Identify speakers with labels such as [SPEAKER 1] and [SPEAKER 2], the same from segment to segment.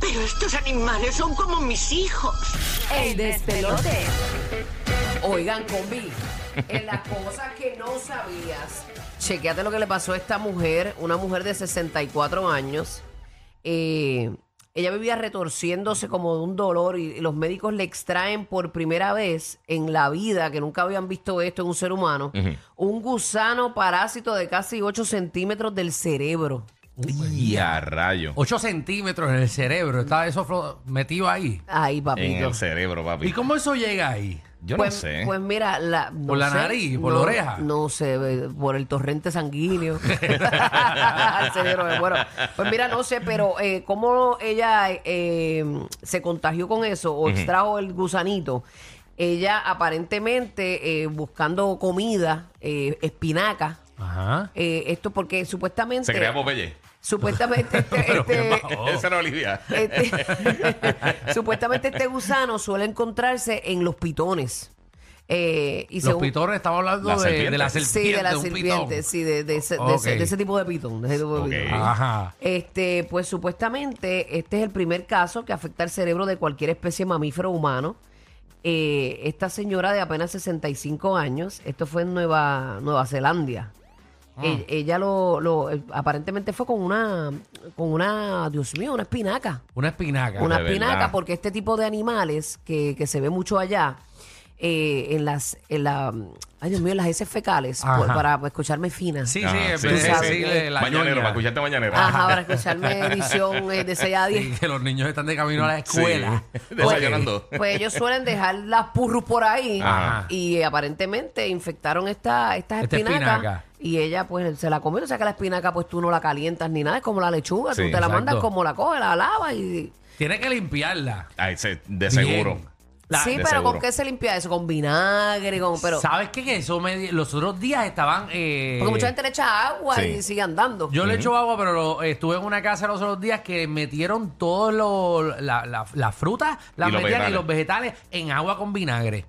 [SPEAKER 1] Pero estos animales son como mis hijos.
[SPEAKER 2] El despelote. Oigan, combi, en las cosas que no sabías, chequeate lo que le pasó a esta mujer, una mujer de 64 años. Eh, ella vivía retorciéndose como de un dolor y, y los médicos le extraen por primera vez en la vida, que nunca habían visto esto en un ser humano, un gusano parásito de casi 8 centímetros del cerebro.
[SPEAKER 3] Y a rayo.
[SPEAKER 4] 8 centímetros en el cerebro. Está eso flo- metido ahí.
[SPEAKER 2] Ay, papito.
[SPEAKER 3] En el cerebro, papi.
[SPEAKER 4] ¿Y cómo eso llega ahí?
[SPEAKER 3] Yo
[SPEAKER 2] pues,
[SPEAKER 3] no sé.
[SPEAKER 2] pues mira, la, no
[SPEAKER 4] ¿Por la
[SPEAKER 2] sé,
[SPEAKER 4] nariz? ¿Por la
[SPEAKER 2] no-
[SPEAKER 4] oreja?
[SPEAKER 2] No sé, eh, por el torrente sanguíneo. El cerebro de- bueno, pues mira, no sé, pero eh, cómo ella eh, se contagió con eso o extrajo el gusanito. Ella aparentemente eh, buscando comida, eh, espinaca.
[SPEAKER 4] Ajá.
[SPEAKER 2] eh, esto porque supuestamente.
[SPEAKER 3] Se crea Popeye.
[SPEAKER 2] Supuestamente este-
[SPEAKER 4] Pero qué
[SPEAKER 2] este-
[SPEAKER 4] Oh.
[SPEAKER 3] Esa era Olivia.
[SPEAKER 2] este- supuestamente este gusano suele encontrarse en los pitones. Eh, y
[SPEAKER 4] Los
[SPEAKER 2] según-
[SPEAKER 4] pitones, estamos hablando
[SPEAKER 3] La
[SPEAKER 4] de,
[SPEAKER 3] serpiente.
[SPEAKER 4] de la
[SPEAKER 3] Sí,
[SPEAKER 4] serpiente.
[SPEAKER 2] sí, de la
[SPEAKER 4] un
[SPEAKER 2] serpiente,
[SPEAKER 4] pitón.
[SPEAKER 2] sí, de, de ese, de ese-
[SPEAKER 4] Ok.
[SPEAKER 2] de ese tipo de pitón. de ese tipo de
[SPEAKER 3] Ok.
[SPEAKER 2] pitón.
[SPEAKER 4] Ajá.
[SPEAKER 2] Este, pues supuestamente este es el primer caso que afecta al cerebro de cualquier especie de mamífero humano. Eh, esta señora de apenas 65 años, esto fue en Nueva, Nueva Zelanda.
[SPEAKER 4] Ah.
[SPEAKER 2] E- ella lo, lo- eh, aparentemente fue con una, con una, Dios mío, una espinaca.
[SPEAKER 4] Una espinaca.
[SPEAKER 2] Una
[SPEAKER 3] de verdad.
[SPEAKER 2] espinaca, porque este tipo de animales que, que se ve mucho allá, eh, en las, en la, ay Dios mío, en las heces fecales,
[SPEAKER 4] Ajá.
[SPEAKER 2] por- para escucharme fina.
[SPEAKER 4] Sí, sí,
[SPEAKER 3] Ajá,
[SPEAKER 4] es- es-
[SPEAKER 2] sí,
[SPEAKER 4] sí, le- la
[SPEAKER 3] Mañanero,
[SPEAKER 4] ñoña.
[SPEAKER 3] para escucharte mañanero.
[SPEAKER 2] Ajá, para escucharme edición eh, de 6 a 10.
[SPEAKER 4] Sí, que los niños están de camino a la escuela.
[SPEAKER 3] Sí. Desayunando.
[SPEAKER 2] Pues ellos suelen dejar las purrus por ahí
[SPEAKER 3] Ajá.
[SPEAKER 2] y eh, aparentemente infectaron esta, estas
[SPEAKER 4] Esta
[SPEAKER 2] espinacas
[SPEAKER 4] espinaca.
[SPEAKER 2] y ella pues se la comió. O sea que la espinaca pues tú no la calientas ni nada, es como la lechuga,
[SPEAKER 3] Sí,
[SPEAKER 2] tú te la
[SPEAKER 4] exacto.
[SPEAKER 2] mandas como la coges, la lavas y...
[SPEAKER 4] Tiene que limpiarla.
[SPEAKER 3] Ay, se- de
[SPEAKER 4] Bien.
[SPEAKER 3] seguro.
[SPEAKER 4] La-
[SPEAKER 2] sí,
[SPEAKER 3] de
[SPEAKER 2] pero ¿con
[SPEAKER 3] seguro.
[SPEAKER 2] qué se limpia eso? Con vinagre, con... Pero,
[SPEAKER 4] ¿Sabes qué? Que eso me di- los otros días estaban. eh,
[SPEAKER 2] porque mucha gente le echa agua
[SPEAKER 3] Sí.
[SPEAKER 2] y sigue andando.
[SPEAKER 4] Yo le echo agua, pero lo- estuve en una casa los otros días que metieron todos los la- la- las frutas, las
[SPEAKER 3] Y los
[SPEAKER 4] metían y
[SPEAKER 3] vegetales.
[SPEAKER 4] los vegetales en agua con vinagre.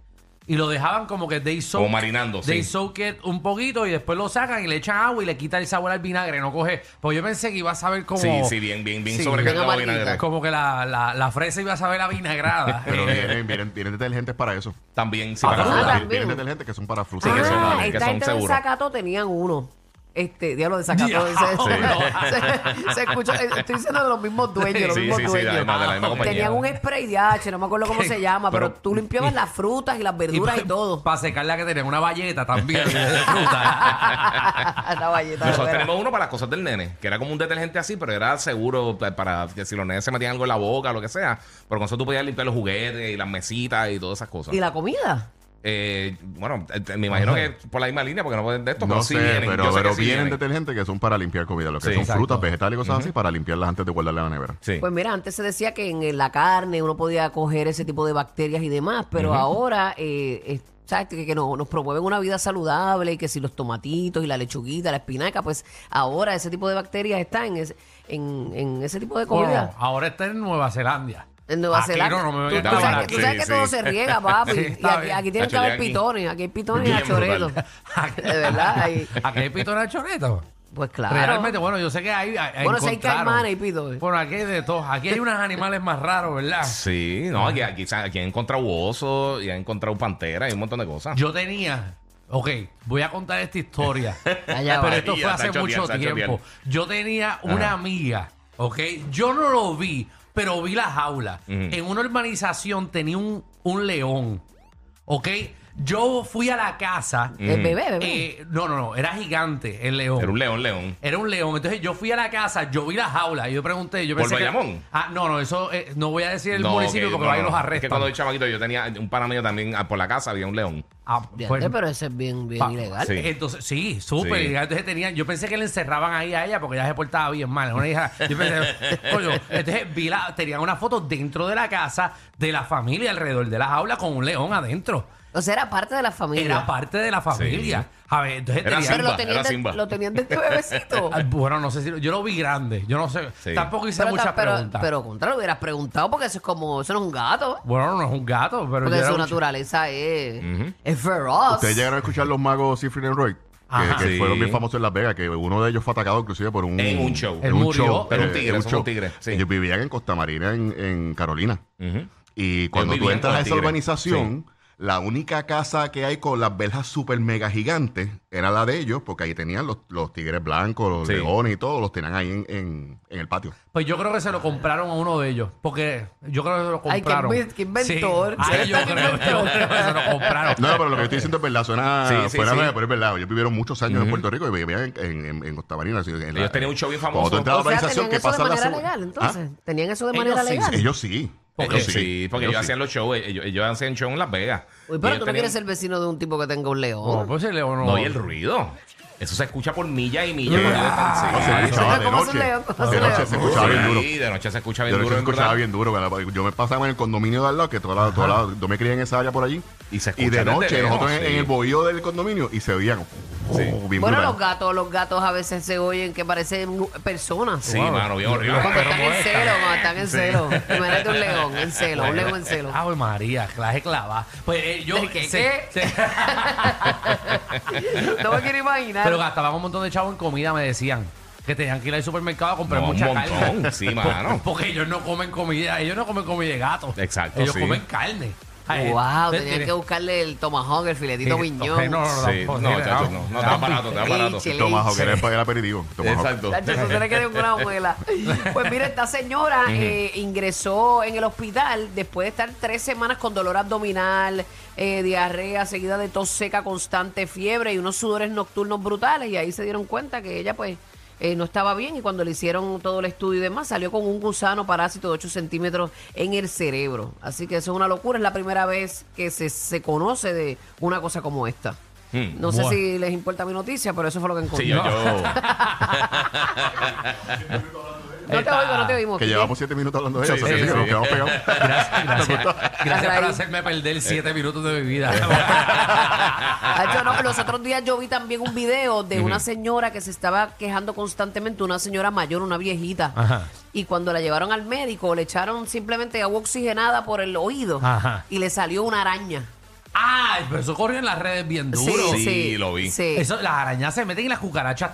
[SPEAKER 4] Y lo dejaban como que they soak.
[SPEAKER 3] Como marinando,
[SPEAKER 4] They
[SPEAKER 3] sí.
[SPEAKER 4] soak it un poquito y después lo sacan y le echan agua y le quitan el sabor al vinagre. No coge. Pues yo pensé que iba a saber como.
[SPEAKER 3] Sí, sí, bien, bien, bien
[SPEAKER 4] Sí,
[SPEAKER 3] sobrecargado de
[SPEAKER 2] bien amarguita.
[SPEAKER 3] vinagre.
[SPEAKER 4] Como que la, la, la fresa iba a saber a vinagrada.
[SPEAKER 5] Pero
[SPEAKER 4] Eh,
[SPEAKER 5] vienen, vienen, vienen detergentes para eso.
[SPEAKER 3] También, sí,
[SPEAKER 4] Ah,
[SPEAKER 3] para
[SPEAKER 4] ¿verdad?
[SPEAKER 3] fruta.
[SPEAKER 2] también.
[SPEAKER 5] Vienen detergentes que son para frutas.
[SPEAKER 3] Sí, que son-
[SPEAKER 2] ah,
[SPEAKER 3] que
[SPEAKER 2] esta
[SPEAKER 3] son
[SPEAKER 2] gente
[SPEAKER 3] seguros.
[SPEAKER 2] de Zacato tenían uno. Este, diablo de Zacato.
[SPEAKER 4] Diablo.
[SPEAKER 2] Se, se- se escuchó, eh, estoy diciendo de los mismos dueños, los
[SPEAKER 3] Sí,
[SPEAKER 2] mismos
[SPEAKER 3] sí, sí, de la
[SPEAKER 2] dueños.
[SPEAKER 3] misma- de la misma compañía.
[SPEAKER 2] tenían un spray de H, no me acuerdo cómo se llama, pero,
[SPEAKER 3] Pero-
[SPEAKER 2] tú limpiabas las frutas y las verduras y, todo.
[SPEAKER 4] Para secarla que tenía una valleta también de fruta.
[SPEAKER 2] La valleta, de
[SPEAKER 3] Nosotros
[SPEAKER 2] veras.
[SPEAKER 3] tenemos uno para las cosas del nene, que era como un detergente así, pero era seguro pa- para que si los nenes se metían algo en la boca, lo que sea. Pero con eso tú podías limpiar los juguetes y las mesitas y todas esas cosas.
[SPEAKER 2] ¿Y la comida?
[SPEAKER 3] Eh, bueno, eh, me imagino que por la misma línea, porque no pueden de esto,
[SPEAKER 5] No
[SPEAKER 3] pero
[SPEAKER 5] sé,
[SPEAKER 3] sí vienen.
[SPEAKER 5] pero,
[SPEAKER 3] Yo sé
[SPEAKER 5] pero
[SPEAKER 3] que sí
[SPEAKER 5] vienen
[SPEAKER 3] vienen.
[SPEAKER 5] detergentes que son para limpiar comida, lo que
[SPEAKER 3] Sí,
[SPEAKER 5] son
[SPEAKER 4] exacto.
[SPEAKER 5] frutas, vegetales y cosas así, para limpiarlas antes de guardarlas en la nevera.
[SPEAKER 3] Sí.
[SPEAKER 2] Pues mira, antes se decía que en eh, la carne uno podía coger ese tipo de bacterias y demás, pero ahora, eh, es- ¿sabes? Que, que no- nos promueven una vida saludable y que si los tomatitos y la lechuguita, la espinaca, pues ahora ese tipo de bacterias está en ese, en, en ese tipo de
[SPEAKER 4] Bueno,
[SPEAKER 2] comida.
[SPEAKER 3] Oh,
[SPEAKER 4] ahora está en Nueva Zelanda.
[SPEAKER 2] En Nueva
[SPEAKER 4] Aquí
[SPEAKER 2] Zelanda.
[SPEAKER 4] no, no me
[SPEAKER 2] tú,
[SPEAKER 4] voy a
[SPEAKER 2] tú
[SPEAKER 3] Dame
[SPEAKER 2] sabes,
[SPEAKER 3] la-
[SPEAKER 2] que- tú sabes
[SPEAKER 3] sí,
[SPEAKER 2] que
[SPEAKER 3] sí.
[SPEAKER 2] todo se riega, papi.
[SPEAKER 4] Sí,
[SPEAKER 2] y
[SPEAKER 4] está
[SPEAKER 2] aquí,
[SPEAKER 4] bien.
[SPEAKER 2] aquí tienen que
[SPEAKER 3] Nacho,
[SPEAKER 2] haber
[SPEAKER 3] llegan aquí.
[SPEAKER 2] pitones. Aquí hay pitones y
[SPEAKER 3] Bien
[SPEAKER 2] achoretos.
[SPEAKER 3] brutal.
[SPEAKER 2] De verdad. ahí-
[SPEAKER 4] Aquí hay pitón al choreto.
[SPEAKER 2] pues claro.
[SPEAKER 4] Realmente, bueno, yo sé que hay. hay
[SPEAKER 2] Bueno, si hay
[SPEAKER 4] encontraron.
[SPEAKER 2] caimanes y eh. pitones.
[SPEAKER 4] Bueno, aquí hay de todos. Aquí hay unos animales más raros, ¿verdad?
[SPEAKER 3] Sí, no, aquí, aquí, aquí han encontrado osos y han encontrado panteras y un montón de cosas.
[SPEAKER 4] Yo tenía. Ok, voy a contar esta historia.
[SPEAKER 2] Allá
[SPEAKER 4] pero
[SPEAKER 2] va.
[SPEAKER 4] esto
[SPEAKER 3] Y
[SPEAKER 4] fue
[SPEAKER 3] ya
[SPEAKER 4] hace
[SPEAKER 3] está
[SPEAKER 4] mucho
[SPEAKER 3] choteando, está
[SPEAKER 4] tiempo. Yo tenía una
[SPEAKER 3] Ajá.
[SPEAKER 4] amiga, ok. Yo no lo vi, pero vi la jaula.
[SPEAKER 3] Ujú.
[SPEAKER 4] En una urbanización tenía un, un león, ok. Yo fui a la casa.
[SPEAKER 2] Eh, bebé, bebé.
[SPEAKER 4] eh, no, no, no, era gigante el león.
[SPEAKER 3] Era un león, león.
[SPEAKER 4] Era un león. Entonces yo fui a la casa, yo vi la jaula y yo pregunté. Yo
[SPEAKER 3] ¿Por
[SPEAKER 4] pensé que-
[SPEAKER 3] Bayamón?
[SPEAKER 4] ah, no, no, eso eh, no voy a decir el
[SPEAKER 3] No,
[SPEAKER 4] municipio
[SPEAKER 3] ok,
[SPEAKER 4] porque
[SPEAKER 3] no,
[SPEAKER 4] ahí
[SPEAKER 3] no.
[SPEAKER 4] los
[SPEAKER 3] Es que
[SPEAKER 4] arrestan.
[SPEAKER 3] cuando yo chamaquito yo tenía un pana mío también ah, por la casa, había un león.
[SPEAKER 4] Ah,
[SPEAKER 2] Diantre,
[SPEAKER 4] pues,
[SPEAKER 2] pero ese es bien, bien
[SPEAKER 4] pa-
[SPEAKER 2] ilegal.
[SPEAKER 3] Sí.
[SPEAKER 4] Entonces, sí, súper.
[SPEAKER 3] Sí.
[SPEAKER 4] ilegal. Entonces tenían, yo pensé que le encerraban ahí a ella porque ella se portaba bien mal. Una hija- yo pensé, coño, entonces vi la, tenían una foto dentro de la casa de la familia alrededor de la jaula con un león adentro.
[SPEAKER 2] O sea, era parte de la familia.
[SPEAKER 4] Era parte de la familia. A ver, entonces
[SPEAKER 3] Era
[SPEAKER 4] tenían-
[SPEAKER 2] Pero lo
[SPEAKER 3] Simba,
[SPEAKER 2] tenían,
[SPEAKER 3] era
[SPEAKER 2] de,
[SPEAKER 3] Simba.
[SPEAKER 2] lo tenían de este bebecito.
[SPEAKER 4] Ah, bueno, no sé si yo lo vi grande, yo no sé,
[SPEAKER 3] Sí.
[SPEAKER 4] tampoco hice
[SPEAKER 2] pero,
[SPEAKER 4] muchas
[SPEAKER 2] pero,
[SPEAKER 4] preguntas.
[SPEAKER 2] pero contra lo hubieras preguntado porque eso es como, eso no es un gato.
[SPEAKER 4] bueno, no es un gato, pero yo
[SPEAKER 2] Porque
[SPEAKER 4] era
[SPEAKER 2] su
[SPEAKER 4] un-
[SPEAKER 2] naturaleza es, es feroz. Oh,
[SPEAKER 5] Ustedes llegaron a escuchar los magos Siegfried and Roy.
[SPEAKER 4] Ajá.
[SPEAKER 5] que, que
[SPEAKER 3] Sí.
[SPEAKER 5] fueron bien famosos en Las Vegas, que uno de ellos fue atacado inclusive por un...
[SPEAKER 3] En un show.
[SPEAKER 5] Mm. en
[SPEAKER 4] Él
[SPEAKER 5] un
[SPEAKER 4] murió.
[SPEAKER 5] show,
[SPEAKER 3] Era un
[SPEAKER 5] eh,
[SPEAKER 3] tigre,
[SPEAKER 5] en
[SPEAKER 3] son
[SPEAKER 5] show.
[SPEAKER 3] un tigre, sí.
[SPEAKER 5] Ellos vivían en Costa Marina, en, en Carolina.
[SPEAKER 3] Ujú.
[SPEAKER 5] Y cuando tú
[SPEAKER 3] vivían
[SPEAKER 5] entras
[SPEAKER 3] con
[SPEAKER 5] a esa
[SPEAKER 3] tigres,
[SPEAKER 5] urbanización, la única casa que hay con las verjas super mega gigantes era la de ellos, porque ahí tenían los, los tigres blancos, los
[SPEAKER 3] Sí.
[SPEAKER 5] leones y todo, los tenían ahí en, en- en el patio.
[SPEAKER 4] Pues yo creo que se lo compraron a uno de ellos. Porque yo creo que se lo
[SPEAKER 2] Ay, qué
[SPEAKER 4] compraron.
[SPEAKER 2] inven- qué inventor.
[SPEAKER 4] Sí. Ay, yo creo, yo creo que se lo compraron.
[SPEAKER 5] No, no, pero lo que estoy diciendo es verdad, suena
[SPEAKER 3] Eh, Sí, sí,
[SPEAKER 5] fuera
[SPEAKER 3] sí.
[SPEAKER 5] de- pero es verdad. Ellos vivieron muchos años en Puerto Rico y vivían en, en- en Costa Marina. así, en la-
[SPEAKER 3] Ellos tenían un show bien famoso.
[SPEAKER 5] Cuando tú entras a la
[SPEAKER 2] O sea,
[SPEAKER 5] urbanización,
[SPEAKER 2] tenían
[SPEAKER 5] ¿qué
[SPEAKER 2] eso de
[SPEAKER 5] pasa en la
[SPEAKER 2] manera
[SPEAKER 5] seg-
[SPEAKER 2] legal,
[SPEAKER 5] ¿Ah?
[SPEAKER 2] entonces. Tenían eso de
[SPEAKER 3] Ellos
[SPEAKER 2] manera
[SPEAKER 3] sí,
[SPEAKER 2] legal.
[SPEAKER 5] Ellos sí.
[SPEAKER 4] Porque-
[SPEAKER 5] ellos
[SPEAKER 3] sí, porque ellos,
[SPEAKER 5] ellos sí.
[SPEAKER 3] hacían los shows, eh, ellos, ellos hacían show en Las Vegas.
[SPEAKER 2] Uy,
[SPEAKER 3] Y
[SPEAKER 2] pero tú
[SPEAKER 3] ellos
[SPEAKER 2] no
[SPEAKER 3] tenían-
[SPEAKER 2] quieres ser vecino de un tipo que tenga un león.
[SPEAKER 4] No, pues el león no.
[SPEAKER 3] No, y el ruido. Eso se escucha por millas y millas. cuando ellos están- sí.
[SPEAKER 5] Ah, No, se escuchaba de
[SPEAKER 2] ¿Cómo se
[SPEAKER 5] noche.
[SPEAKER 2] lea? ¿Cómo
[SPEAKER 5] De
[SPEAKER 2] se lea?
[SPEAKER 5] noche se escuchaba bien duro.
[SPEAKER 3] Oh, Sí, de noche se escucha bien
[SPEAKER 5] Yo
[SPEAKER 3] duro.
[SPEAKER 5] se
[SPEAKER 3] en
[SPEAKER 5] escuchaba
[SPEAKER 3] verdad.
[SPEAKER 5] bien duro. cara. Yo me pasaba en el condominio de al lado, que toda la, toda la- yo me crié en esa área por allí.
[SPEAKER 3] Y se
[SPEAKER 5] de
[SPEAKER 3] escucha desde
[SPEAKER 5] noche,
[SPEAKER 3] lejos,
[SPEAKER 5] nosotros en- en,
[SPEAKER 3] sí.
[SPEAKER 5] el bohío del condominio y se veían. oh,
[SPEAKER 3] Sí.
[SPEAKER 5] bien
[SPEAKER 2] bueno,
[SPEAKER 5] brutal.
[SPEAKER 2] los gatos, los gatos a veces se oyen que parecen nu- personas.
[SPEAKER 3] Sí,
[SPEAKER 2] Wow.
[SPEAKER 3] mano, bien horrible.
[SPEAKER 2] Cuando
[SPEAKER 4] Pero
[SPEAKER 2] están en
[SPEAKER 4] molestan.
[SPEAKER 2] celo, cuando están en celo. Imagínate un león en celo, un león en celo.
[SPEAKER 4] Ay, María, clase clava. Pues eh, yo.
[SPEAKER 2] ¿De qué?
[SPEAKER 4] se-
[SPEAKER 2] ¿Qué?
[SPEAKER 4] se-
[SPEAKER 2] No me quiero imaginar.
[SPEAKER 4] pero gastaban un montón de chavo en comida, me decían. Que tenían que ir al supermercado a comprar
[SPEAKER 3] No, un
[SPEAKER 4] mucha
[SPEAKER 3] montón.
[SPEAKER 4] carne.
[SPEAKER 3] Sí, mano.
[SPEAKER 4] Porque ellos no comen comida, ellos no comen comida de gato.
[SPEAKER 3] Exacto,
[SPEAKER 4] Ellos
[SPEAKER 3] sí.
[SPEAKER 4] comen carne. Ay,
[SPEAKER 2] wow,
[SPEAKER 4] entonces
[SPEAKER 2] tenían
[SPEAKER 4] eh, tiene-
[SPEAKER 2] que buscarle el tomahawk, el filetito
[SPEAKER 4] Sí,
[SPEAKER 2] viñón.
[SPEAKER 4] No, no, no,
[SPEAKER 3] Sí,
[SPEAKER 4] tampoco,
[SPEAKER 3] no,
[SPEAKER 4] sí,
[SPEAKER 3] chacho,
[SPEAKER 4] no.
[SPEAKER 3] no, no, está barato, está barato.
[SPEAKER 2] Leche,
[SPEAKER 5] Tomahawk,
[SPEAKER 2] leche.
[SPEAKER 5] era el, el aperitivo. Tomahawk.
[SPEAKER 3] Exacto.
[SPEAKER 2] Tacho, eso se le queda en una muela. Pues mira, esta señora eh, ingresó en el hospital después de estar tres semanas con dolor abdominal, eh, diarrea, seguida de tos seca constante, fiebre y unos sudores nocturnos brutales. Y ahí se dieron cuenta que ella, pues. eh, no estaba bien y cuando le hicieron todo el estudio y demás salió con un gusano parásito de 8 centímetros en el cerebro. Así que eso es una locura, es la primera vez que se, se conoce de una cosa como esta.
[SPEAKER 3] Mm,
[SPEAKER 2] no sé
[SPEAKER 4] bueno.
[SPEAKER 2] si les importa mi noticia, pero eso fue lo que encontré.
[SPEAKER 3] Sí, yo, yo.
[SPEAKER 2] No te oigo, no te oímos.
[SPEAKER 5] Que
[SPEAKER 2] ¿Qué?
[SPEAKER 5] llevamos siete minutos hablando de
[SPEAKER 3] Sí,
[SPEAKER 5] eso.
[SPEAKER 3] sí,
[SPEAKER 5] así que
[SPEAKER 3] sí.
[SPEAKER 5] nos quedamos pegados.
[SPEAKER 4] Gracias, gracias. Gracias por
[SPEAKER 2] Raíz.
[SPEAKER 4] hacerme perder
[SPEAKER 3] Eh.
[SPEAKER 4] siete minutos de mi vida.
[SPEAKER 2] Hacho, no, los otros días yo vi también un video de una señora que se estaba quejando constantemente, una señora mayor, una viejita.
[SPEAKER 4] Ajá.
[SPEAKER 2] Y cuando la llevaron al médico, le echaron simplemente agua oxigenada por el oído
[SPEAKER 4] Ajá.
[SPEAKER 2] y le salió una araña.
[SPEAKER 4] Ay, pero eso corrió en las redes bien duro.
[SPEAKER 3] Sí, lo vi.
[SPEAKER 2] sí.
[SPEAKER 4] Eso, las arañas se meten y las cucarachas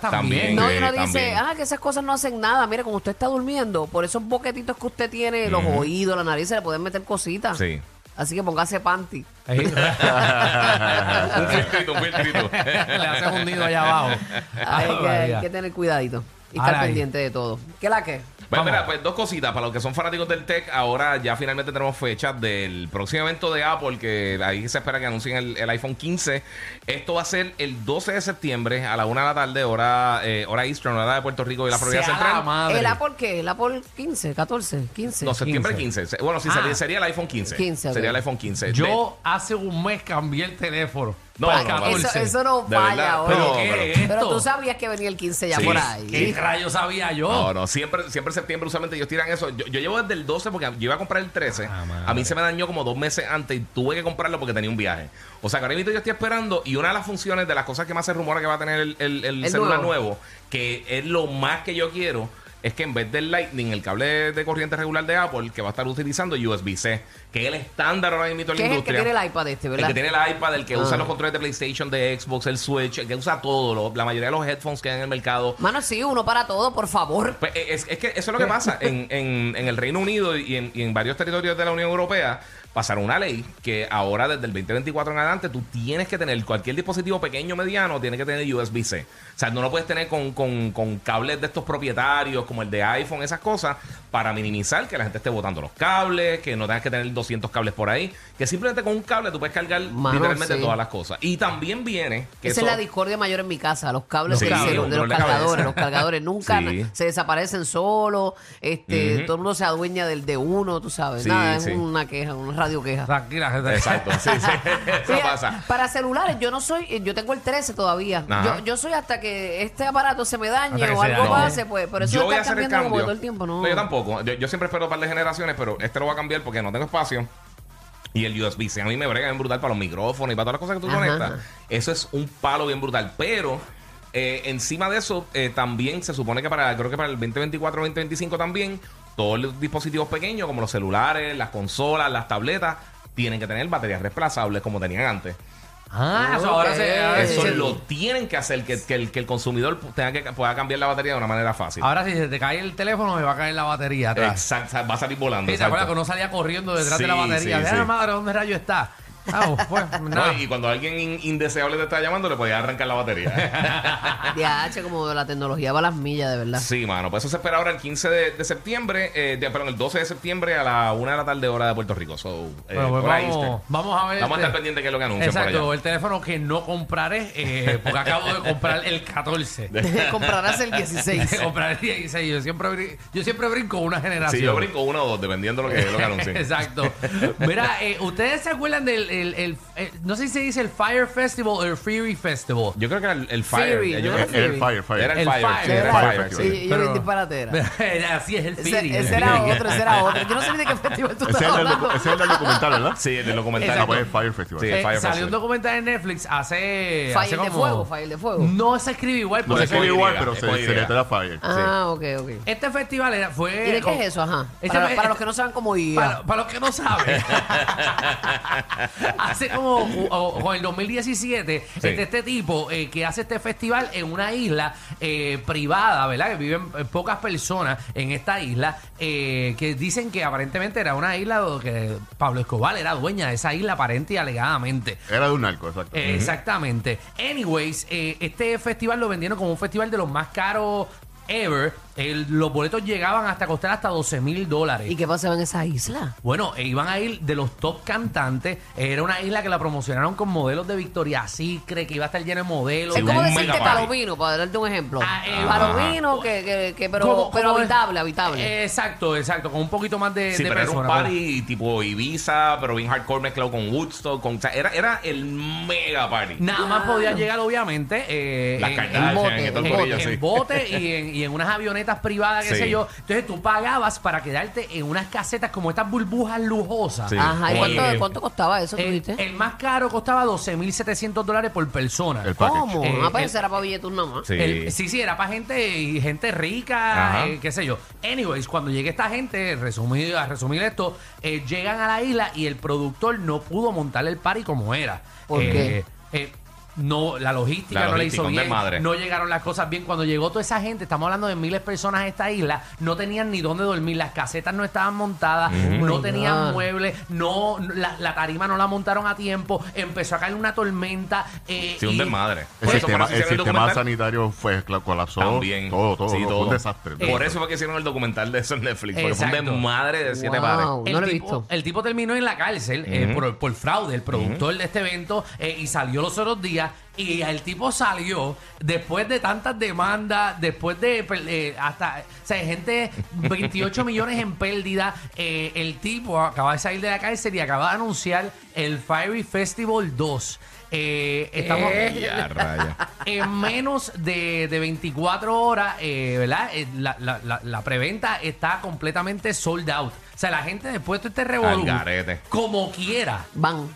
[SPEAKER 3] También.
[SPEAKER 4] también.
[SPEAKER 2] No,
[SPEAKER 3] Sí,
[SPEAKER 2] y uno dice,
[SPEAKER 3] también.
[SPEAKER 2] ah, que esas cosas no hacen nada. Mire, como usted está durmiendo, por esos boquetitos que usted tiene, los oídos, la nariz, se le pueden meter cositas.
[SPEAKER 3] Sí.
[SPEAKER 2] Así que póngase panty.
[SPEAKER 4] Ahí.
[SPEAKER 3] un filtrito, un filtrito.
[SPEAKER 4] Le hacen un nido allá abajo. Ay,
[SPEAKER 2] Hay que, hay
[SPEAKER 4] María.
[SPEAKER 2] que tener cuidadito y estar
[SPEAKER 4] Ay.
[SPEAKER 2] pendiente de todo. ¿Qué la que?
[SPEAKER 3] Bueno,
[SPEAKER 4] Vamos.
[SPEAKER 3] mira, pues dos cositas. Para los que son fanáticos del tech, ahora ya finalmente tenemos fecha del próximo evento de Apple, que ahí se espera que anuncien el, el iPhone 15. Esto va a ser el 12 de septiembre a la 1 de la tarde, hora, eh, hora Eastern, hora de Puerto Rico y la Florida
[SPEAKER 4] Sea la
[SPEAKER 3] Central.
[SPEAKER 4] madre.
[SPEAKER 2] ¿El Apple qué? ¿El Apple 15, 14, 15?
[SPEAKER 3] No, septiembre 15. Se- Bueno, sí, sería,
[SPEAKER 4] Ah.
[SPEAKER 3] sería el iPhone 15.
[SPEAKER 2] 15, ok.
[SPEAKER 3] Sería el iPhone 15. De-
[SPEAKER 4] Yo hace un mes cambié el teléfono.
[SPEAKER 3] No,
[SPEAKER 4] Para
[SPEAKER 3] no, no,
[SPEAKER 2] eso,
[SPEAKER 4] 14.
[SPEAKER 2] eso no
[SPEAKER 3] De
[SPEAKER 2] falla
[SPEAKER 3] verdad,
[SPEAKER 2] ahora.
[SPEAKER 4] Pero,
[SPEAKER 3] No,
[SPEAKER 4] ¿qué
[SPEAKER 3] pero-
[SPEAKER 4] es esto?
[SPEAKER 2] Pero tú sabías que venía el 15 ya
[SPEAKER 3] Sí,
[SPEAKER 2] por
[SPEAKER 4] ¿Qué
[SPEAKER 2] ahí.
[SPEAKER 4] rayos sabía yo?
[SPEAKER 3] No, no, siempre, siempre en septiembre usualmente ellos tiran eso. Yo, yo llevo desde el 12 porque yo iba a comprar el 13.
[SPEAKER 4] Ah, madre.
[SPEAKER 3] a mí se me dañó como dos meses antes y tuve que comprarlo porque tenía un viaje. O sea, que ahora mismo yo estoy esperando y una de las funciones de las cosas que más se rumora que va a tener el, el- el
[SPEAKER 2] El
[SPEAKER 3] celular
[SPEAKER 2] nuevo.
[SPEAKER 3] nuevo. que es lo más que yo quiero, es que en vez del Lightning, el cable de, de corriente regular de Apple, que va a estar utilizando USB-C, que es el estándar ahora mismo en
[SPEAKER 2] Que
[SPEAKER 3] la
[SPEAKER 2] es el que
[SPEAKER 3] industria.
[SPEAKER 2] tiene el iPad este, ¿verdad?
[SPEAKER 3] El que tiene el iPad, el que usa
[SPEAKER 2] Ah.
[SPEAKER 3] los controles de PlayStation, de Xbox, el Switch, el que usa todo, lo- la mayoría de los headphones que hay en el mercado.
[SPEAKER 2] Mano, sí, uno para todo, por favor.
[SPEAKER 3] Pues, eh, es, es que eso es lo que pasa. En, en- en el Reino Unido y en, y en varios territorios de la Unión Europea pasaron una ley que ahora desde el 2024 en adelante tú tienes que tener cualquier dispositivo pequeño o mediano tiene que tener USB-C. O sea, no lo puedes tener con, con- con cables de estos propietarios como el de iPhone, esas cosas, para minimizar que la gente esté botando los cables, que no tengas que tener 200 cables por ahí, que simplemente con un cable tú puedes cargar
[SPEAKER 2] Mano,
[SPEAKER 3] literalmente
[SPEAKER 2] sí.
[SPEAKER 3] todas las cosas. Y también viene... que
[SPEAKER 2] Esa
[SPEAKER 3] eso-
[SPEAKER 2] es la discordia mayor en mi casa, los cables
[SPEAKER 3] Sí,
[SPEAKER 2] del celu-
[SPEAKER 3] un
[SPEAKER 2] de los
[SPEAKER 3] dolor de cabeza.
[SPEAKER 2] cargadores, los cargadores nunca
[SPEAKER 3] Sí.
[SPEAKER 2] se desaparecen solos, este,
[SPEAKER 3] Ujú.
[SPEAKER 2] todo el mundo se adueña del de uno, tú sabes,
[SPEAKER 3] Sí,
[SPEAKER 2] nada,
[SPEAKER 3] sí.
[SPEAKER 2] es una queja, una radio queja.
[SPEAKER 4] Tranquila, gente.
[SPEAKER 3] Exacto, sí, sí. Eso
[SPEAKER 2] Mira,
[SPEAKER 3] pasa.
[SPEAKER 2] Para celulares, yo no soy, eh, yo tengo el 13 todavía.
[SPEAKER 3] Ajá.
[SPEAKER 2] Yo, yo soy hasta que este aparato se me dañe
[SPEAKER 4] Hasta que
[SPEAKER 2] o
[SPEAKER 4] se
[SPEAKER 2] algo
[SPEAKER 4] dañe.
[SPEAKER 2] pase, pues. Por eso
[SPEAKER 3] yo
[SPEAKER 2] está
[SPEAKER 3] voy a hacer el
[SPEAKER 2] cambiando
[SPEAKER 3] cambio.
[SPEAKER 2] como todo el tiempo, ¿no?
[SPEAKER 3] yo tampoco. Yo, yo siempre espero un par de generaciones, pero este lo voy a cambiar porque no tengo espacio. Y el USB-C a mí me brega bien brutal para los micrófonos y para todas las cosas que tú
[SPEAKER 2] Ajá.
[SPEAKER 3] conectas. Eso es un palo bien brutal. Pero eh, encima de eso, eh, también se supone que para, creo que para el 2024, 2025 también, todos los dispositivos pequeños, como los celulares, las consolas, las tabletas, tienen que tener baterías reemplazables como tenían antes.
[SPEAKER 4] Ah, eso ahora
[SPEAKER 2] Ok.
[SPEAKER 4] se. ahora
[SPEAKER 3] Eso
[SPEAKER 4] sí.
[SPEAKER 3] lo tienen que hacer, que, que el, que el consumidor tenga que, pueda cambiar la batería de una manera fácil.
[SPEAKER 4] Ahora si se te cae el teléfono, me va a caer la batería atrás.
[SPEAKER 3] Exacto, va a salir volando.
[SPEAKER 4] Sí, ¿Te
[SPEAKER 3] exacto.
[SPEAKER 4] acuerdas que uno salía corriendo detrás de la
[SPEAKER 3] Sí,
[SPEAKER 4] batería?
[SPEAKER 3] sí,
[SPEAKER 4] Mira,
[SPEAKER 3] sí.
[SPEAKER 4] madre, ¿dónde rayo está? Ah, pues nada.
[SPEAKER 3] No, y cuando alguien in- indeseable te está llamando, le podías arrancar la batería.
[SPEAKER 2] DH, como la tecnología va a las millas, de verdad.
[SPEAKER 3] sí, mano. Pues eso se espera ahora el 15 de, de septiembre, eh, de- perdón, el 12 de septiembre a la 1 de la tarde, hora de Puerto Rico. So, eh,
[SPEAKER 4] Bueno, pues
[SPEAKER 3] por ahí
[SPEAKER 4] vamos,
[SPEAKER 3] está.
[SPEAKER 4] vamos a ver.
[SPEAKER 3] Vamos a
[SPEAKER 4] este-
[SPEAKER 3] estar pendientes que es lo que anuncian
[SPEAKER 4] Exacto,
[SPEAKER 3] por allá.
[SPEAKER 4] el teléfono que no compraré, eh, porque acabo de comprar el 14.
[SPEAKER 2] Comprarás el
[SPEAKER 4] De
[SPEAKER 2] 16.
[SPEAKER 4] comprar el 16. Yo siempre, brin- yo siempre brinco una generación.
[SPEAKER 3] Sí, yo brinco uno o dos, dependiendo lo que, lo que anuncien.
[SPEAKER 4] Exacto. Mira, eh, ¿ustedes se acuerdan del. el- el- eh, no sé si se dice el Fire Festival o el Fury Festival.
[SPEAKER 3] Yo creo que era el, el Fire.
[SPEAKER 2] Fury,
[SPEAKER 3] eh, yo
[SPEAKER 2] ¿no?
[SPEAKER 3] creo que-
[SPEAKER 5] Era el Fire, Fire.
[SPEAKER 3] Era el,
[SPEAKER 4] El
[SPEAKER 3] Fire.
[SPEAKER 4] Fire.
[SPEAKER 3] sí, era el
[SPEAKER 5] Era-
[SPEAKER 3] Fire, sí.
[SPEAKER 5] sí,
[SPEAKER 2] Y yo disparatera.
[SPEAKER 4] Así es el
[SPEAKER 2] Ese,
[SPEAKER 4] Fury.
[SPEAKER 2] ese era otro, ese era otro. Yo no sé ni de qué festival tú
[SPEAKER 5] Ese
[SPEAKER 2] estás
[SPEAKER 5] es el del
[SPEAKER 2] hablando.
[SPEAKER 5] docu- ese es el del documental, ¿verdad?
[SPEAKER 3] Sí, el del documental.
[SPEAKER 5] Ah, pues es
[SPEAKER 4] Exacto.
[SPEAKER 5] Fire Festival.
[SPEAKER 3] Sí.
[SPEAKER 4] Eh,
[SPEAKER 3] Fire Festival.
[SPEAKER 4] salió un documental en Netflix hace.
[SPEAKER 2] Fire
[SPEAKER 4] hace
[SPEAKER 2] de
[SPEAKER 4] como-
[SPEAKER 2] fuego, fire de fuego.
[SPEAKER 4] No se escribe igual.
[SPEAKER 5] No
[SPEAKER 4] porque
[SPEAKER 5] se
[SPEAKER 3] es con
[SPEAKER 5] escribe
[SPEAKER 3] Y,
[SPEAKER 5] igual, pero
[SPEAKER 3] es
[SPEAKER 5] se
[SPEAKER 3] con
[SPEAKER 5] se
[SPEAKER 3] Y.
[SPEAKER 5] le trae Fire.
[SPEAKER 2] Ah, ok, ok.
[SPEAKER 4] Este festival era, fue.
[SPEAKER 2] ¿Y de qué es eso? Ajá.
[SPEAKER 4] Ese
[SPEAKER 2] Para,
[SPEAKER 4] fue-
[SPEAKER 2] para los que no saben cómo ir.
[SPEAKER 4] Para, para los que no saben, hace como o- o- o en el 2017,
[SPEAKER 3] Sí.
[SPEAKER 4] este, este tipo eh, que hace este festival en una isla eh, privada, ¿verdad? Que viven eh, pocas personas en esta isla, eh, que dicen que aparentemente era una isla do- que Pablo Escobar era dueña de esa isla, aparente y alegadamente.
[SPEAKER 5] Era de un narco, exacto.
[SPEAKER 4] Eh, Exactamente. Anyways, eh, este festival lo vendieron como un festival de los más caros ever. El- los boletos llegaban hasta costar hasta 12 mil dólares.
[SPEAKER 2] ¿Y qué pasaba en esa isla?
[SPEAKER 4] Bueno, e iban a ir de los top cantantes. Era una isla que la promocionaron con modelos de Victoria Secret, que iba a estar lleno de modelos.
[SPEAKER 2] Es como
[SPEAKER 3] un
[SPEAKER 2] decirte
[SPEAKER 3] megaparty.
[SPEAKER 2] palomino, para darte un ejemplo.
[SPEAKER 4] Ah, eh,
[SPEAKER 2] palomino, que, que, que- pero,
[SPEAKER 4] Como-
[SPEAKER 2] pero
[SPEAKER 4] como-
[SPEAKER 2] habitable, habitable.
[SPEAKER 4] Eh, Exacto, exacto, con un poquito más de,
[SPEAKER 3] Sí,
[SPEAKER 4] de
[SPEAKER 3] pero era un
[SPEAKER 4] personas, ¿verdad?
[SPEAKER 3] party tipo Ibiza, pero bien hardcore mezclado con Woodstock. Con, o sea, era, era el mega party.
[SPEAKER 4] Nada más podía llegar, obviamente, eh,
[SPEAKER 3] Las
[SPEAKER 4] en-
[SPEAKER 3] Kardashian,
[SPEAKER 4] en bote,
[SPEAKER 2] en todo
[SPEAKER 4] en,
[SPEAKER 2] el
[SPEAKER 3] corillo, sí.
[SPEAKER 4] en bote y, en, y en unas avionetas privadas, qué
[SPEAKER 3] Sí.
[SPEAKER 4] sé yo. Entonces tú pagabas para quedarte en unas casetas como estas burbujas lujosas.
[SPEAKER 3] Sí.
[SPEAKER 2] Ajá, ¿y
[SPEAKER 4] Eh,
[SPEAKER 2] cuánto, cuánto costaba eso, Ah, tú
[SPEAKER 4] El,
[SPEAKER 2] dijiste?
[SPEAKER 4] el más caro costaba 12.700 dólares por persona.
[SPEAKER 5] El package.
[SPEAKER 2] ¿Cómo?
[SPEAKER 4] eh,
[SPEAKER 2] ah, pues
[SPEAKER 4] el-
[SPEAKER 2] eso era para billetes nada más.
[SPEAKER 3] Sí.
[SPEAKER 4] El- sí, sí, era para gente y gente rica,
[SPEAKER 3] Ajá.
[SPEAKER 4] eh, qué sé yo. Anyways, cuando llegue esta gente, resumido, a resumir esto, eh, llegan a la isla y el productor no pudo montar el party como era.
[SPEAKER 2] ¿Por
[SPEAKER 4] Eh, eh, no, la logística,
[SPEAKER 3] La
[SPEAKER 4] no
[SPEAKER 3] logística,
[SPEAKER 4] la
[SPEAKER 3] un
[SPEAKER 4] hizo bien,
[SPEAKER 3] desmadre.
[SPEAKER 4] no llegaron las cosas bien. Cuando llegó toda esa gente, estamos hablando de miles de personas a esta isla, no tenían ni dónde dormir, las casetas no estaban montadas, no
[SPEAKER 2] my
[SPEAKER 4] tenían
[SPEAKER 2] God.
[SPEAKER 4] muebles, no, la, la tarima no la montaron a tiempo, empezó a caer una tormenta. eh,
[SPEAKER 3] Sí, un
[SPEAKER 4] y-
[SPEAKER 3] desmadre.
[SPEAKER 5] El
[SPEAKER 3] Por eso fue
[SPEAKER 5] sistema,
[SPEAKER 3] que
[SPEAKER 5] el
[SPEAKER 3] hicieron el
[SPEAKER 5] sistema
[SPEAKER 3] documental.
[SPEAKER 5] sanitario fue cla- colapsó.
[SPEAKER 3] También.
[SPEAKER 5] Todo, todo.
[SPEAKER 3] Sí,
[SPEAKER 5] todo. Fue un desastre.
[SPEAKER 3] Por eso fue que hicieron el documental de eso en Netflix. Porque fue un
[SPEAKER 4] Exacto.
[SPEAKER 3] desmadre de siete
[SPEAKER 2] Wow.
[SPEAKER 3] pares.
[SPEAKER 2] No lo he
[SPEAKER 4] tipo,
[SPEAKER 2] visto.
[SPEAKER 4] el tipo terminó en la cárcel eh, por, por fraude, el productor de este evento, eh, y salió los otros días. Y el tipo salió después de tantas demandas, después de per- eh, hasta, o sea, gente, 28 millones en pérdida. eh, el tipo acaba de salir de la cárcel y acaba de anunciar el Fiery Festival 2. Eh, estamos,
[SPEAKER 3] Ya, raya.
[SPEAKER 4] en menos de, de 24 horas, eh, ¿verdad? Eh, la, la- la- la preventa está completamente sold out. O sea, la gente después de este revolú,
[SPEAKER 3] Al garete.
[SPEAKER 4] como quiera,
[SPEAKER 2] Van.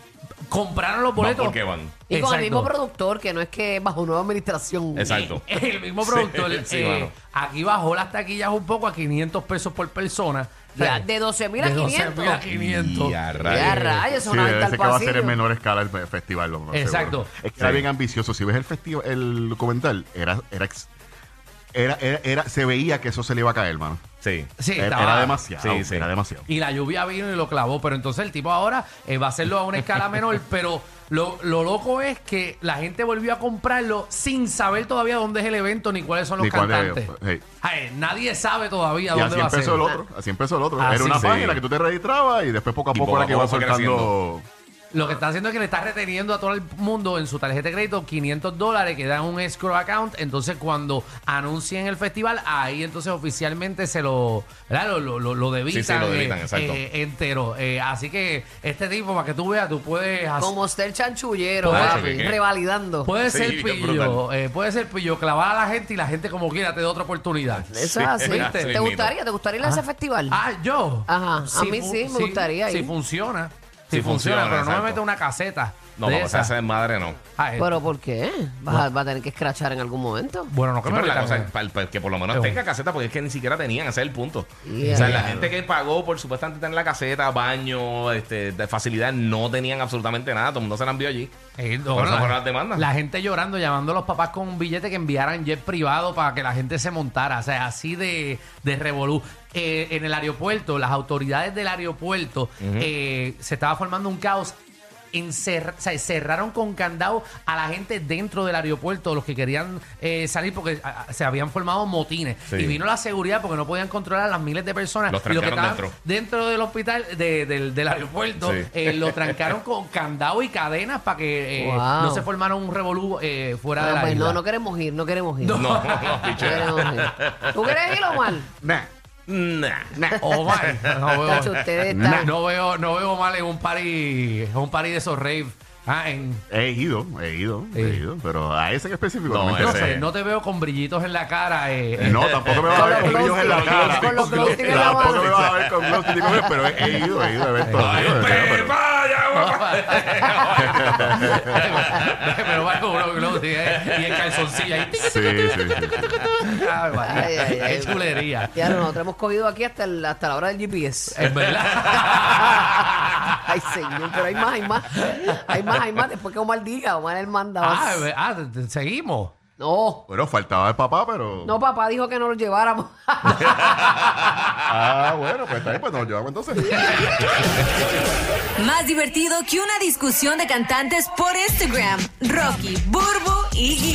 [SPEAKER 4] compraron los boletos.
[SPEAKER 3] porque van.
[SPEAKER 2] Y con el
[SPEAKER 4] Exacto.
[SPEAKER 2] mismo productor, que no es que bajo nueva administración.
[SPEAKER 3] Exacto.
[SPEAKER 4] El mismo productor.
[SPEAKER 3] Sí,
[SPEAKER 4] eh,
[SPEAKER 3] mano.
[SPEAKER 4] aquí bajó las taquillas un poco a 500 pesos por persona.
[SPEAKER 2] Ya,
[SPEAKER 4] ¿Sabes?
[SPEAKER 2] de 12.000 a
[SPEAKER 4] De 12.000 a 500.
[SPEAKER 3] Ya,
[SPEAKER 2] Ya,
[SPEAKER 3] raya.
[SPEAKER 2] rayos, eso
[SPEAKER 5] eh, Sí,
[SPEAKER 2] no
[SPEAKER 5] debe
[SPEAKER 2] está
[SPEAKER 5] ser
[SPEAKER 2] al
[SPEAKER 5] que va a ser
[SPEAKER 2] pasillo.
[SPEAKER 5] en menor escala el fe- festival. lo más seguro.
[SPEAKER 4] Exacto.
[SPEAKER 5] Es que era bien ambicioso. Si ves el festival, el documental, era, era, ex- era, era, era- se veía que eso se le iba a caer, mano.
[SPEAKER 3] Sí.
[SPEAKER 4] Sí,
[SPEAKER 5] Era,
[SPEAKER 4] estaba-
[SPEAKER 5] era demasiado.
[SPEAKER 3] Sí, sí.
[SPEAKER 5] Era demasiado.
[SPEAKER 4] Y la lluvia vino y lo clavó. Pero entonces el tipo ahora eh, va a hacerlo a una escala menor. pero lo, lo loco es que la gente volvió a comprarlo sin saber todavía dónde es el evento ni cuáles son los
[SPEAKER 5] Ni cuál es,
[SPEAKER 4] cantantes.
[SPEAKER 5] sí.
[SPEAKER 4] Ay, nadie sabe todavía
[SPEAKER 5] Y
[SPEAKER 4] dónde
[SPEAKER 5] así
[SPEAKER 4] va a ser.
[SPEAKER 5] empezó el otro. Así empezó el otro.
[SPEAKER 4] Así
[SPEAKER 5] era una
[SPEAKER 4] sí.
[SPEAKER 5] página que tú te registrabas y después poco a
[SPEAKER 3] Y
[SPEAKER 5] poco
[SPEAKER 3] poco
[SPEAKER 5] la
[SPEAKER 3] a
[SPEAKER 5] que iba
[SPEAKER 3] poco fue
[SPEAKER 5] soltando.
[SPEAKER 4] Lo que está haciendo es que le está reteniendo a todo el mundo en su tarjeta de crédito 500 dólares que dan un escrow account. Entonces, cuando anuncien el festival, ahí entonces oficialmente se lo, ¿verdad? lo, lo, lo, lo debitan,
[SPEAKER 3] Sí, sí, lo debitan,
[SPEAKER 4] eh,
[SPEAKER 3] exacto.
[SPEAKER 4] eh, entero. Eh, así que este tipo, para que tú veas, tú puedes hacer.
[SPEAKER 2] Como usted el chanchullero,
[SPEAKER 4] Puede
[SPEAKER 2] papi,
[SPEAKER 3] ser que-
[SPEAKER 2] revalidando.
[SPEAKER 4] Puede
[SPEAKER 3] Sí,
[SPEAKER 4] ser
[SPEAKER 3] bien
[SPEAKER 4] pillo, eh, puede ser pillo, clavar a la gente y la gente como quiera te da otra oportunidad.
[SPEAKER 2] Eso es así.
[SPEAKER 4] ¿Viste?
[SPEAKER 2] ¿Te
[SPEAKER 3] Mismito.
[SPEAKER 2] gustaría? ¿Te gustaría ir a ese festival?
[SPEAKER 4] Ah, yo.
[SPEAKER 2] Ajá, a mí
[SPEAKER 4] fu-
[SPEAKER 2] sí, me
[SPEAKER 4] si-
[SPEAKER 2] gustaría
[SPEAKER 4] Si
[SPEAKER 2] ir.
[SPEAKER 4] funciona. Si
[SPEAKER 3] Si
[SPEAKER 4] funciona,
[SPEAKER 3] funciona,
[SPEAKER 4] pero no me
[SPEAKER 3] exacto.
[SPEAKER 4] meto una caseta.
[SPEAKER 3] No,
[SPEAKER 4] de
[SPEAKER 3] no, esa,
[SPEAKER 4] esas.
[SPEAKER 3] esa madre no.
[SPEAKER 4] Ah, eh,
[SPEAKER 2] ¿Pero por qué? ¿Vas a, va a tener que escrachar en algún momento?
[SPEAKER 4] bueno, no
[SPEAKER 3] Sí,
[SPEAKER 4] que
[SPEAKER 3] pero
[SPEAKER 4] me
[SPEAKER 3] la cosa
[SPEAKER 4] metan-
[SPEAKER 3] es pa- pa- que por lo menos
[SPEAKER 4] Seguro.
[SPEAKER 3] tenga caseta, porque es que ni siquiera tenían, ese es el punto.
[SPEAKER 2] Yeah.
[SPEAKER 3] O sea, la gente que pagó por supuestamente tener la caseta, baño, este, de facilidad, no tenían absolutamente nada, todo el mundo se la envió allí.
[SPEAKER 4] Eh, no,
[SPEAKER 3] Por eso
[SPEAKER 4] la-
[SPEAKER 3] fueron las demandas.
[SPEAKER 4] La gente llorando, llamando a los papás con un billete que enviaran jet privado para que la gente se montara. O sea, así de, de revolú. Eh, en el aeropuerto, las autoridades del aeropuerto eh, se estaba formando un caos. Encer- o sea, cerraron con candado a la gente dentro del aeropuerto, los que querían eh, salir porque ah, ah, se habían formado motines.
[SPEAKER 3] Sí.
[SPEAKER 4] Y vino la seguridad porque no podían controlar a las miles de personas.
[SPEAKER 3] Los
[SPEAKER 4] y los que
[SPEAKER 3] trancaron
[SPEAKER 4] estaban
[SPEAKER 3] dentro.
[SPEAKER 4] dentro del hospital, de- del, del aeropuerto,
[SPEAKER 3] Sí.
[SPEAKER 4] eh, lo trancaron con candado y cadenas para que eh,
[SPEAKER 2] Wow.
[SPEAKER 4] no se formaron un revolú eh, fuera de
[SPEAKER 2] Ah,
[SPEAKER 4] la
[SPEAKER 2] pues
[SPEAKER 4] isla.
[SPEAKER 2] no, no queremos ir, no queremos ir.
[SPEAKER 3] No, no, pichea.
[SPEAKER 2] queremos ir. ¿Tú quieres ir, Omar?
[SPEAKER 5] Nah,
[SPEAKER 3] Nah.
[SPEAKER 5] nah.
[SPEAKER 4] Oh, my. No
[SPEAKER 2] Tacho,
[SPEAKER 4] veo,
[SPEAKER 2] ustedes
[SPEAKER 4] no-
[SPEAKER 2] están-
[SPEAKER 4] no veo, no veo mal en un party, en un party de esos rave. Ah, en-
[SPEAKER 5] He ido, he ido, he
[SPEAKER 4] Sí.
[SPEAKER 5] ido, pero a ese en específico
[SPEAKER 3] No,
[SPEAKER 5] no, me
[SPEAKER 3] ese-
[SPEAKER 4] no
[SPEAKER 5] interesa.
[SPEAKER 4] sé, no te veo con brillitos en la cara. eh, eh.
[SPEAKER 5] Pues No, tampoco me va a ver
[SPEAKER 2] Con
[SPEAKER 5] con
[SPEAKER 2] los
[SPEAKER 5] brillos en la
[SPEAKER 2] glow
[SPEAKER 5] cara.
[SPEAKER 2] sticks, con los glow sticks en la
[SPEAKER 5] Tampoco
[SPEAKER 2] mano.
[SPEAKER 5] me va a ver con glow sticks, pero he he ido, he ido a eventos.
[SPEAKER 3] Ay,
[SPEAKER 5] he ido a eventos, pero-
[SPEAKER 3] Pepa, ya, guapa.
[SPEAKER 4] eh, Pero va con unos gloves eh, y el calzoncillo ahí.
[SPEAKER 5] Sí, sí, sí.
[SPEAKER 4] Ay, María,
[SPEAKER 2] Ay, ay, ay.
[SPEAKER 4] Qué chulería.
[SPEAKER 2] Ya no, nosotros hemos cogido aquí hasta, el- hasta la hora del GPS.
[SPEAKER 4] Es verdad.
[SPEAKER 2] Ay, señor, pero hay más, hay más. Hay más, hay más. Después que Omar diga, Omar él manda
[SPEAKER 4] Ah,
[SPEAKER 2] más.
[SPEAKER 4] eh, ah, te- te- seguimos.
[SPEAKER 2] No,
[SPEAKER 5] Bueno, faltaba el papá, pero.
[SPEAKER 2] no, papá dijo que no lo lleváramos.
[SPEAKER 5] Ah, bueno, pues está bien, pues nos llevamos entonces.
[SPEAKER 6] Más divertido que una discusión de cantantes por Instagram. Rocky, Burbu y Giga.